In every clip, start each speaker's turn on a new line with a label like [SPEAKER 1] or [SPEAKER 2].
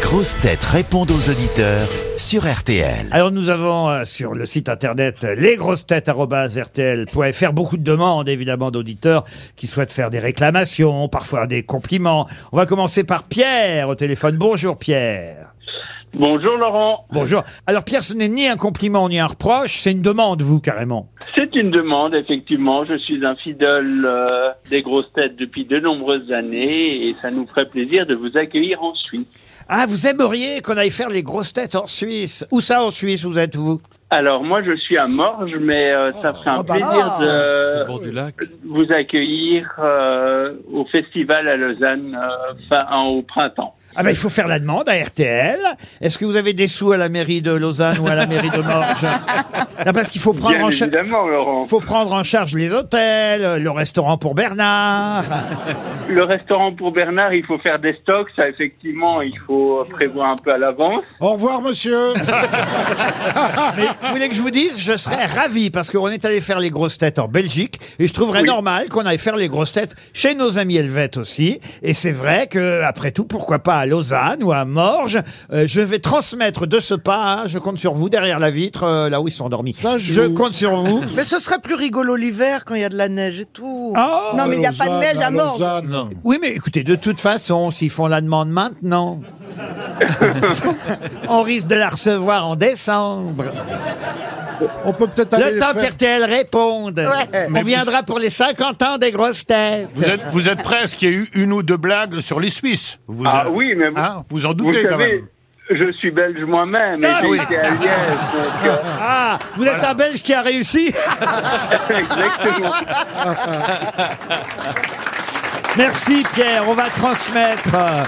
[SPEAKER 1] grosses têtes répondent aux auditeurs sur RTL.
[SPEAKER 2] Alors nous avons euh, sur le site internet euh, lesgrossetêtes.rtl.fr beaucoup de demandes évidemment d'auditeurs qui souhaitent faire des réclamations, parfois des compliments. On va commencer par Pierre au téléphone. Bonjour Pierre.
[SPEAKER 3] Bonjour Laurent.
[SPEAKER 2] Bonjour. Alors Pierre, ce n'est ni un compliment ni un reproche, c'est une demande vous carrément.
[SPEAKER 3] C'est une demande, effectivement. Je suis un fidèle euh, des grosses têtes depuis de nombreuses années et ça nous ferait plaisir de vous accueillir en Suisse.
[SPEAKER 2] Ah, vous aimeriez qu'on aille faire les grosses têtes en Suisse Où ça en Suisse vous êtes vous
[SPEAKER 3] Alors moi je suis à Morges, mais euh, ça ferait un
[SPEAKER 2] ah bah
[SPEAKER 3] plaisir
[SPEAKER 4] Au
[SPEAKER 3] de
[SPEAKER 4] bord du lac.
[SPEAKER 3] vous accueillir euh, au festival à Lausanne euh, fin au printemps.
[SPEAKER 2] Ah ben il faut faire la demande à RTL. Est-ce que vous avez des sous à la mairie de Lausanne ou à la mairie de Morges Non, Parce qu'il faut prendre
[SPEAKER 3] Bien
[SPEAKER 2] en charge.
[SPEAKER 3] évidemment Laurent.
[SPEAKER 2] faut prendre en charge les hôtels, le restaurant pour Bernard.
[SPEAKER 3] Le restaurant pour Bernard, il faut faire des stocks, ça effectivement il faut prévoir un peu à l'avance.
[SPEAKER 5] Au revoir, monsieur.
[SPEAKER 2] Mais vous voulez que je vous dise, je serais ravi parce qu'on est allé faire les grosses têtes en Belgique et je trouverais normal qu'on aille faire les grosses têtes chez nos amis helvètes aussi. Et c'est vrai que, après tout, pourquoi pas à Lausanne ou à Morges, euh, je vais transmettre de ce pas, hein, je compte sur vous derrière la vitre, euh, là où ils sont endormis.
[SPEAKER 5] Ça joue.
[SPEAKER 2] je compte sur vous.
[SPEAKER 6] Mais ce serait plus rigolo l'hiver quand il y a de la neige et tout.
[SPEAKER 2] Oh
[SPEAKER 7] Non, mais il n'y a pas de neige à mort.
[SPEAKER 5] Non.
[SPEAKER 2] Oui, mais écoutez, de toute façon, s'ils font la demande maintenant, on risque de la recevoir en décembre.
[SPEAKER 5] On peut peut-être aller
[SPEAKER 2] Le
[SPEAKER 5] les
[SPEAKER 2] temps
[SPEAKER 5] faire-
[SPEAKER 2] qu'RTL réponde.
[SPEAKER 7] Ouais.
[SPEAKER 2] On viendra pour les 50 ans des grosses têtes.
[SPEAKER 8] Vous êtes, vous êtes prêts à ce qu'il y ait eu une ou deux blagues sur les Suisses vous
[SPEAKER 3] Ah
[SPEAKER 8] euh,
[SPEAKER 3] oui, mais vous-
[SPEAKER 8] hein, vous en
[SPEAKER 3] Vous
[SPEAKER 8] doutez quand
[SPEAKER 3] savez,
[SPEAKER 8] même.
[SPEAKER 3] je suis belge moi-même et
[SPEAKER 2] Ah
[SPEAKER 3] j'ai
[SPEAKER 2] oui.
[SPEAKER 3] été à Liège, donc euh,
[SPEAKER 2] Ah, vous êtes un Belge qui a réussi.
[SPEAKER 3] euh, Exactement.
[SPEAKER 2] Merci Pierre, on va transmettre. euh,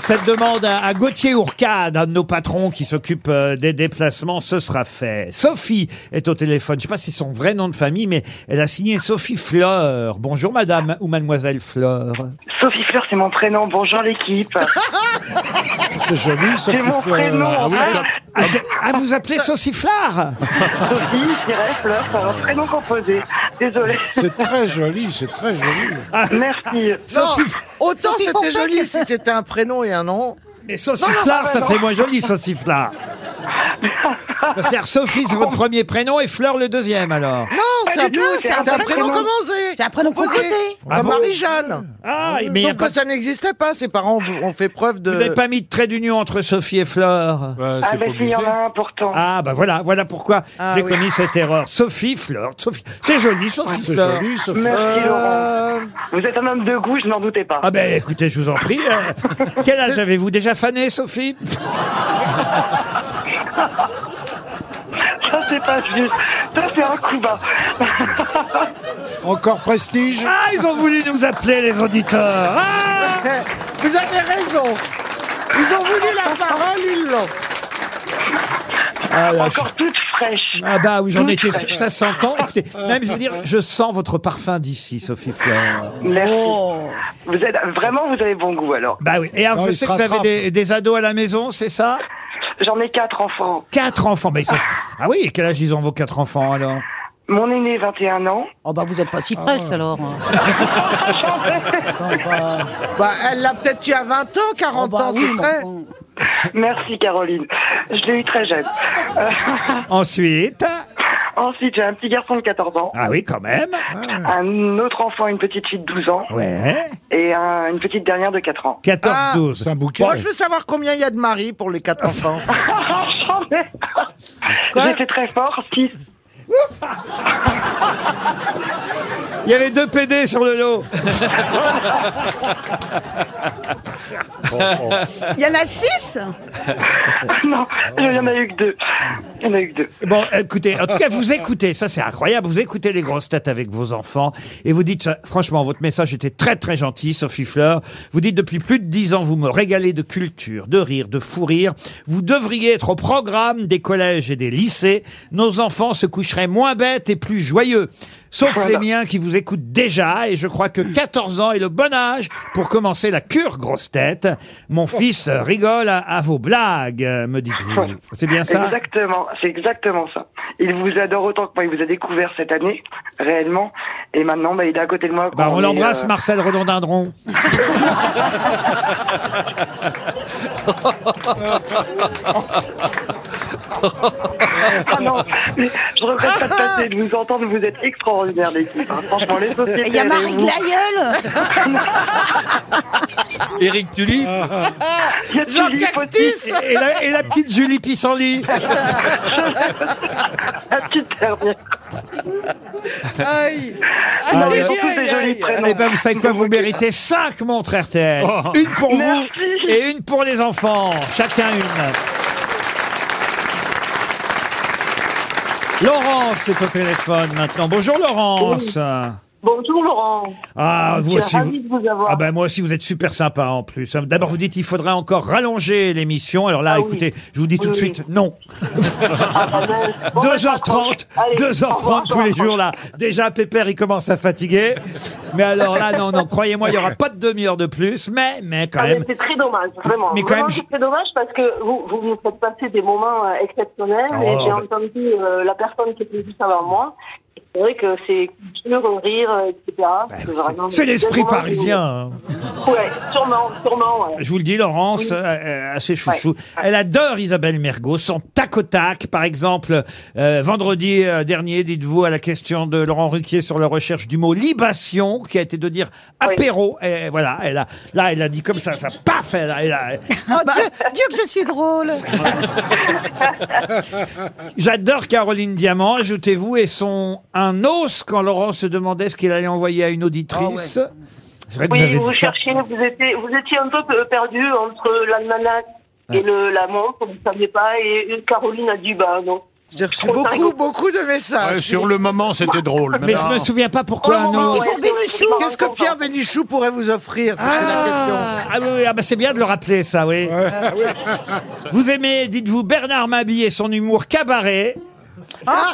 [SPEAKER 2] Cette demande à à Gauthier Ourcade, un de nos patrons qui s'occupe euh, des déplacements, ce sera fait. Sophie est au téléphone. Je sais pas si c'est son vrai nom de famille, mais elle a signé Sophie Fleur. Bonjour madame ou mademoiselle Fleur.
[SPEAKER 9] Sophie Fleur, c'est mon prénom. Bonjour l'équipe.
[SPEAKER 5] C'est joli, ça. hein.
[SPEAKER 9] C'est mon prénom.
[SPEAKER 2] Ah, ah, c'est- ah, vous appelez Sophie Fleur
[SPEAKER 9] Sophie, Thierry, Fleur, c'est un prénom composé. Désolée.
[SPEAKER 5] C'est très joli, c'est très joli.
[SPEAKER 9] Merci.
[SPEAKER 6] Non,
[SPEAKER 2] Sophie-
[SPEAKER 6] autant c'était joli si c'était un prénom et un nom.
[SPEAKER 2] Mais Sauciflard, ça fait moins joli, Sauciflard. C'est-à-dire Sophie, c'est votre premier prénom et Fleur le deuxième alors.
[SPEAKER 6] Non, c'est
[SPEAKER 9] du
[SPEAKER 6] un,
[SPEAKER 9] tout,
[SPEAKER 6] non, c'est un prénom commencé.
[SPEAKER 7] C'est un prénom composé.
[SPEAKER 2] Ah
[SPEAKER 6] Comme
[SPEAKER 2] bon
[SPEAKER 6] Marie-Jeanne.
[SPEAKER 2] Ah, mais il y a
[SPEAKER 6] Sauf
[SPEAKER 2] pas-
[SPEAKER 6] que ça n'existait pas. Ses parents ont ont fait preuve
[SPEAKER 2] vous n'avez
[SPEAKER 6] de.
[SPEAKER 2] pas mis de trait d'union entre Sophie et Fleur.
[SPEAKER 4] Bah, t'es pas
[SPEAKER 9] Ah bah si, il y en
[SPEAKER 4] obligé.
[SPEAKER 9] a un pourtant.
[SPEAKER 2] Ah bah voilà, voilà pourquoi
[SPEAKER 6] Ah
[SPEAKER 2] j'ai
[SPEAKER 6] oui.
[SPEAKER 2] commis cette erreur. Sophie, Fleur, Sophie. C'est joli, Sophie
[SPEAKER 5] C'est
[SPEAKER 2] Fleur.
[SPEAKER 5] joli, ça.
[SPEAKER 9] Merci Laurent.
[SPEAKER 6] Euh,
[SPEAKER 9] Vous êtes un homme de goût, je n'en doutais pas.
[SPEAKER 2] Ah ben écoutez, je vous en prie. euh, quel âge avez-vous déjà fané, Sophie
[SPEAKER 9] Ça c'est pas juste. Ça c'est un coup bas.
[SPEAKER 5] Encore prestige.
[SPEAKER 2] Ah, ils ont voulu nous appeler les auditeurs. Ah
[SPEAKER 6] eh, Vous avez raison. Ils ont voulu la parole, ils l'ont.
[SPEAKER 2] Ah, là, je-
[SPEAKER 9] Encore toute fraîche.
[SPEAKER 2] Ah bah oui, j'en
[SPEAKER 9] Toute
[SPEAKER 2] étais
[SPEAKER 9] fraîche.
[SPEAKER 2] sûr, ça s'entend. Écoutez,
[SPEAKER 5] Ah.
[SPEAKER 2] même je veux dire, je sens votre parfum d'ici, Sophie Fleur.
[SPEAKER 9] Merci.
[SPEAKER 6] Oh.
[SPEAKER 9] Vous êtes vraiment, vous avez bon goût alors.
[SPEAKER 2] Bah oui. Et alors,
[SPEAKER 5] Non,
[SPEAKER 2] je
[SPEAKER 5] il
[SPEAKER 2] sais
[SPEAKER 5] se
[SPEAKER 2] que vous avez
[SPEAKER 5] rattrape.
[SPEAKER 2] des, des ados à la maison, c'est ça
[SPEAKER 9] J'en ai quatre enfants.
[SPEAKER 2] Quatre enfants. Bah, ils sont... Ah oui, quel âge ils ont vos quatre enfants alors
[SPEAKER 9] Mon aîné 21 ans. Ah.
[SPEAKER 7] Oh bah vous êtes pas si fraîche alors.
[SPEAKER 6] Bah, elle l'a peut-être tué à 20 ans, 40 ans, c'est vrai.
[SPEAKER 9] Merci Caroline. Je l'ai eu très jeune. Euh,
[SPEAKER 2] Ensuite,
[SPEAKER 9] ensuite j'ai un petit garçon de 14 ans,
[SPEAKER 2] ah oui, quand même.
[SPEAKER 9] un autre enfant, une petite fille de 12 ans
[SPEAKER 2] Ouais.
[SPEAKER 9] et un- une petite dernière de 4 ans.
[SPEAKER 2] 14,
[SPEAKER 6] Ah,
[SPEAKER 2] 12.
[SPEAKER 5] C'est un bouquet.
[SPEAKER 6] Moi, je veux savoir combien il y a de maris pour les quatre enfants.
[SPEAKER 9] Ah, j'en ai-
[SPEAKER 6] Quoi
[SPEAKER 9] J'étais très fort, six.
[SPEAKER 2] Il y avait deux PD sur le lot.
[SPEAKER 7] Il y en a six
[SPEAKER 9] Non, il n'y en a eu que deux. Il y en a eu que deux.
[SPEAKER 2] Bon, écoutez, en tout cas, vous écoutez, ça c'est incroyable, vous écoutez les grosses têtes avec vos enfants et vous dites, ça- franchement, votre message était très très gentil, Sophie Fleur. Vous dites, depuis plus de dix ans, vous me régalez de culture, de rire, de fou rire. Vous devriez être au programme des collèges et des lycées. Nos enfants se coucheraient moins bêtes et plus joyeux. Sauf
[SPEAKER 9] Voilà.
[SPEAKER 2] les miens qui vous écoutent déjà et je crois que 14 ans est le bon âge pour commencer la cure grosse tête. Mon fils rigole à, à vos blagues, euh, me dites-vous. C'est bien ça
[SPEAKER 9] Exactement, c'est exactement ça. Il vous adore autant que moi, il vous a découvert cette année, réellement. Et maintenant, bah, il euh, est à côté de moi.
[SPEAKER 2] Bah,
[SPEAKER 9] quand
[SPEAKER 2] on
[SPEAKER 9] est,
[SPEAKER 2] l'embrasse,
[SPEAKER 9] euh,
[SPEAKER 2] Marcel Redondindron.
[SPEAKER 9] Ah non, mais je regrette pas de passer de vous entendre, vous êtes extraordinaire l'équipe. hein. Franchement, les sociétés.
[SPEAKER 7] Il y a
[SPEAKER 9] avec
[SPEAKER 7] Marie
[SPEAKER 9] vous,
[SPEAKER 7] Glaïeul
[SPEAKER 4] Eric Tully
[SPEAKER 9] il y a
[SPEAKER 6] Jean
[SPEAKER 9] Philippe aussi,
[SPEAKER 6] Cactus
[SPEAKER 2] Et la, et la petite Julie Pissenlit
[SPEAKER 9] Ah, La petite dernière.
[SPEAKER 6] Aïe
[SPEAKER 9] Ils
[SPEAKER 2] Aïe,
[SPEAKER 9] sont tous des
[SPEAKER 6] aïe,
[SPEAKER 9] jolis
[SPEAKER 6] aïe.
[SPEAKER 9] prénoms. Oh.
[SPEAKER 2] Eh ben, vous savez quoi Vous méritez 5 montres RTL. Une pour vous
[SPEAKER 9] Merci.
[SPEAKER 2] et une pour les enfants. Chacun une. Laurence est au téléphone maintenant. Bonjour Laurence.
[SPEAKER 9] Bonjour Laurent.
[SPEAKER 2] Ah, vous aussi. vous-
[SPEAKER 9] de vous avoir.
[SPEAKER 2] Ah ben moi aussi, vous êtes super sympa en plus. D'abord, vous dites il faudra encore rallonger l'émission. Alors là,
[SPEAKER 9] Ah oui.
[SPEAKER 2] écoutez, je vous dis tout de
[SPEAKER 9] Oui,
[SPEAKER 2] suite, non.
[SPEAKER 9] Ah, ben, bon, ben, j'accroche.
[SPEAKER 2] 2h30,
[SPEAKER 9] Allez, au
[SPEAKER 2] 2h30
[SPEAKER 9] revoir,
[SPEAKER 2] tous les
[SPEAKER 9] j'accroche.
[SPEAKER 2] jours là. Déjà, Pépère, il commence à fatiguer. Mais alors là, non, non, croyez-moi, il n'y aura pas de demi-heure de plus. Mais, mais quand
[SPEAKER 9] Ah, mais
[SPEAKER 2] même.
[SPEAKER 9] C'est très dommage, vraiment.
[SPEAKER 2] Mais quand
[SPEAKER 9] Vraiment,
[SPEAKER 2] même,
[SPEAKER 9] c'est très dommage parce que vous, vous nous faites passer des moments euh, exceptionnels et
[SPEAKER 2] Oh,
[SPEAKER 9] j'ai
[SPEAKER 2] bah.
[SPEAKER 9] entendu euh, la personne qui était juste avant moi. C'est vrai que c'est culture, rire, euh, etc. C'est vraiment
[SPEAKER 2] Bah, C'est
[SPEAKER 9] des
[SPEAKER 2] l'esprit
[SPEAKER 9] moments que-
[SPEAKER 2] parisien. hein.
[SPEAKER 9] Ouais, sûrement, sûrement. ouais.
[SPEAKER 2] Je vous le dis, Laurence, euh, euh, assez chouchou. Elle adore Isabelle Mergot, son tac au tac. Par exemple, euh, vendredi euh, dernier, dites-vous à la question de Laurent Ruquier sur la recherche du mot libation, qui a été de dire
[SPEAKER 9] Oui.
[SPEAKER 2] apéro. Et voilà, elle a, là, elle a dit comme ça, ça, paf, elle a- elle a-
[SPEAKER 7] Oh, Dieu, Dieu que je suis drôle
[SPEAKER 2] J'adore Caroline Diamant, ajoutez-vous, et son un os quand Laurent se demandait ce qu'il allait envoyer à une auditrice. C'est vrai que vous
[SPEAKER 9] Ah Oui,
[SPEAKER 2] avez
[SPEAKER 9] vous
[SPEAKER 2] dit ça.
[SPEAKER 9] cherchiez, vous étiez, vous étiez un peu pe- perdu entre l'almanach et le, la montre, vous ne saviez pas, et Caroline a dit, bah non.
[SPEAKER 6] J'ai reçu
[SPEAKER 9] Trop
[SPEAKER 6] beaucoup,
[SPEAKER 9] dingue.
[SPEAKER 6] beaucoup de
[SPEAKER 8] Ouais,
[SPEAKER 6] messages.
[SPEAKER 8] sur le moment, c'était drôle.
[SPEAKER 2] Mais je
[SPEAKER 8] maintenant-
[SPEAKER 2] me souviens pas pourquoi
[SPEAKER 9] Oh,
[SPEAKER 2] un
[SPEAKER 9] maman,
[SPEAKER 2] os.
[SPEAKER 9] ouais.
[SPEAKER 6] Pour Bénichou, qu'est-ce que Pierre Bénichou pourrait vous offrir C'est la
[SPEAKER 2] Ah, ah oui, oui, ah bah c'est bien de le rappeler, ça, oui.
[SPEAKER 9] Ah
[SPEAKER 2] Vous aimez, dites-vous, Bernard Mabille et son humour cabaret.
[SPEAKER 9] Ah,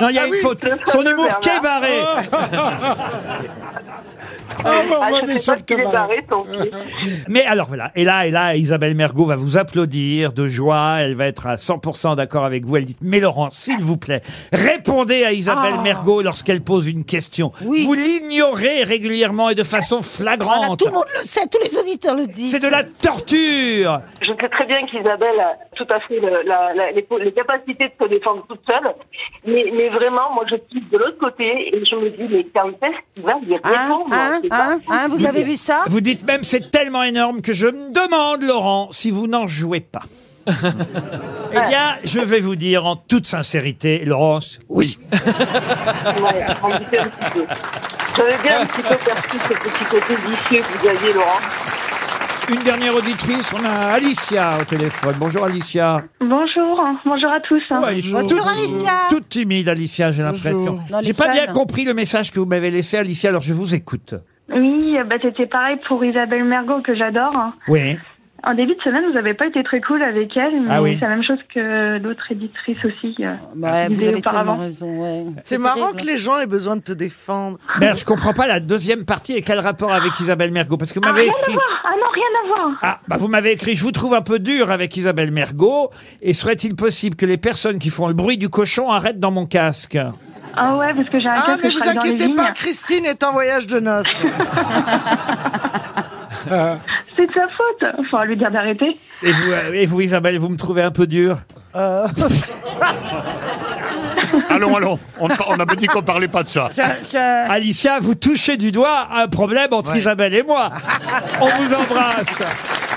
[SPEAKER 2] non, il y a
[SPEAKER 6] Ah
[SPEAKER 2] une
[SPEAKER 6] oui,
[SPEAKER 2] faute.
[SPEAKER 9] le
[SPEAKER 2] Son
[SPEAKER 9] fameux
[SPEAKER 2] humour
[SPEAKER 9] Bernard. Oh.
[SPEAKER 2] cabaret.
[SPEAKER 5] Ah, bah, on va
[SPEAKER 9] Ah, je
[SPEAKER 5] aller
[SPEAKER 9] ne
[SPEAKER 5] sur
[SPEAKER 9] sais
[SPEAKER 5] le
[SPEAKER 9] pas s'il est
[SPEAKER 5] cabaret.
[SPEAKER 9] barré, ton fils.
[SPEAKER 2] Mais alors voilà, et là, et là, Isabelle Mergot va vous applaudir de joie, elle va être à 100% d'accord avec vous, elle dit, mais Laurent, s'il vous plaît, répondez à Isabelle Mergot lorsqu'elle pose une question.
[SPEAKER 7] Ah. Oui.
[SPEAKER 2] Vous l'ignorez régulièrement et de façon
[SPEAKER 7] Voilà,
[SPEAKER 2] flagrante.
[SPEAKER 7] Tout le monde le sait, tous les auditeurs le disent.
[SPEAKER 2] C'est de la torture
[SPEAKER 9] Je sais très bien qu'Isabelle a tout à fait le- la- la- les, les capacités de se défendre toute seule, mais, mais vraiment, moi, je suis de l'autre côté et je me dis, mais quand est-ce qu'il va y
[SPEAKER 7] Hein,
[SPEAKER 9] répondre
[SPEAKER 7] hein,
[SPEAKER 9] c'est ça
[SPEAKER 7] hein, hein, vous avez vu ça
[SPEAKER 2] Vous dites même, c'est tellement énorme que je me demande, Laurent, si vous n'en jouez pas. eh bien, je vais vous dire en toute sincérité, Laurence, oui.
[SPEAKER 9] Ouais, on me fait un petit peu. J'avais bien un petit peu perçu ce petit côté vicieux que vous aviez, Laurent.
[SPEAKER 2] Une dernière auditrice, on a Alicia au téléphone. Bonjour Alicia.
[SPEAKER 10] Bonjour, bonjour à tous.
[SPEAKER 2] Oh, elle est
[SPEAKER 5] Bonjour.
[SPEAKER 2] toute-
[SPEAKER 7] Bonjour Alicia
[SPEAKER 2] Toute timide, Alicia, j'ai l'impression.
[SPEAKER 5] Bonjour.
[SPEAKER 7] Non, les
[SPEAKER 2] J'ai pas
[SPEAKER 7] fans.
[SPEAKER 2] bien compris le message que vous m'avez laissé, Alicia, alors je vous écoute.
[SPEAKER 10] Oui, bah, c'était pareil pour Isabelle Mergot que j'adore.
[SPEAKER 2] Oui.
[SPEAKER 10] En début de semaine, vous n'avez pas été très cool avec elle, mais
[SPEAKER 2] Ah oui.
[SPEAKER 10] c'est la même chose que d'autres éditrices aussi. euh.
[SPEAKER 7] Ouais,
[SPEAKER 10] Vous
[SPEAKER 7] vous
[SPEAKER 10] avez
[SPEAKER 7] avez tellement
[SPEAKER 10] auparavant.
[SPEAKER 7] raison, ouais.
[SPEAKER 6] C'est marrant que les gens aient besoin de te défendre.
[SPEAKER 2] Mais alors, je comprends pas la deuxième partie et quel rapport avec Isabelle Mergot Parce que vous
[SPEAKER 10] Ah,
[SPEAKER 2] m'avez
[SPEAKER 10] rien
[SPEAKER 2] écrit.
[SPEAKER 10] à voir Ah non, rien à voir
[SPEAKER 2] Ah, bah vous m'avez écrit, je vous trouve un peu dur avec Isabelle Mergot, et serait-il possible que les personnes qui font le bruit du cochon arrêtent dans mon casque
[SPEAKER 10] Ah ouais, parce que j'ai un
[SPEAKER 6] Ah,
[SPEAKER 10] casque
[SPEAKER 6] mais
[SPEAKER 10] je
[SPEAKER 6] vous
[SPEAKER 10] travaille dans les
[SPEAKER 6] inquiétez pas,
[SPEAKER 10] vignes.
[SPEAKER 6] Christine est en voyage de noces.
[SPEAKER 10] C'est de sa faute Faut lui dire d'arrêter.
[SPEAKER 2] et vous, euh, et vous, Isabelle, vous me trouvez un peu dur
[SPEAKER 8] Allons, allons. On, on a dit qu'on parlait pas de ça.
[SPEAKER 2] Alicia, vous touchez du doigt un problème entre Isabelle et moi. On vous embrasse.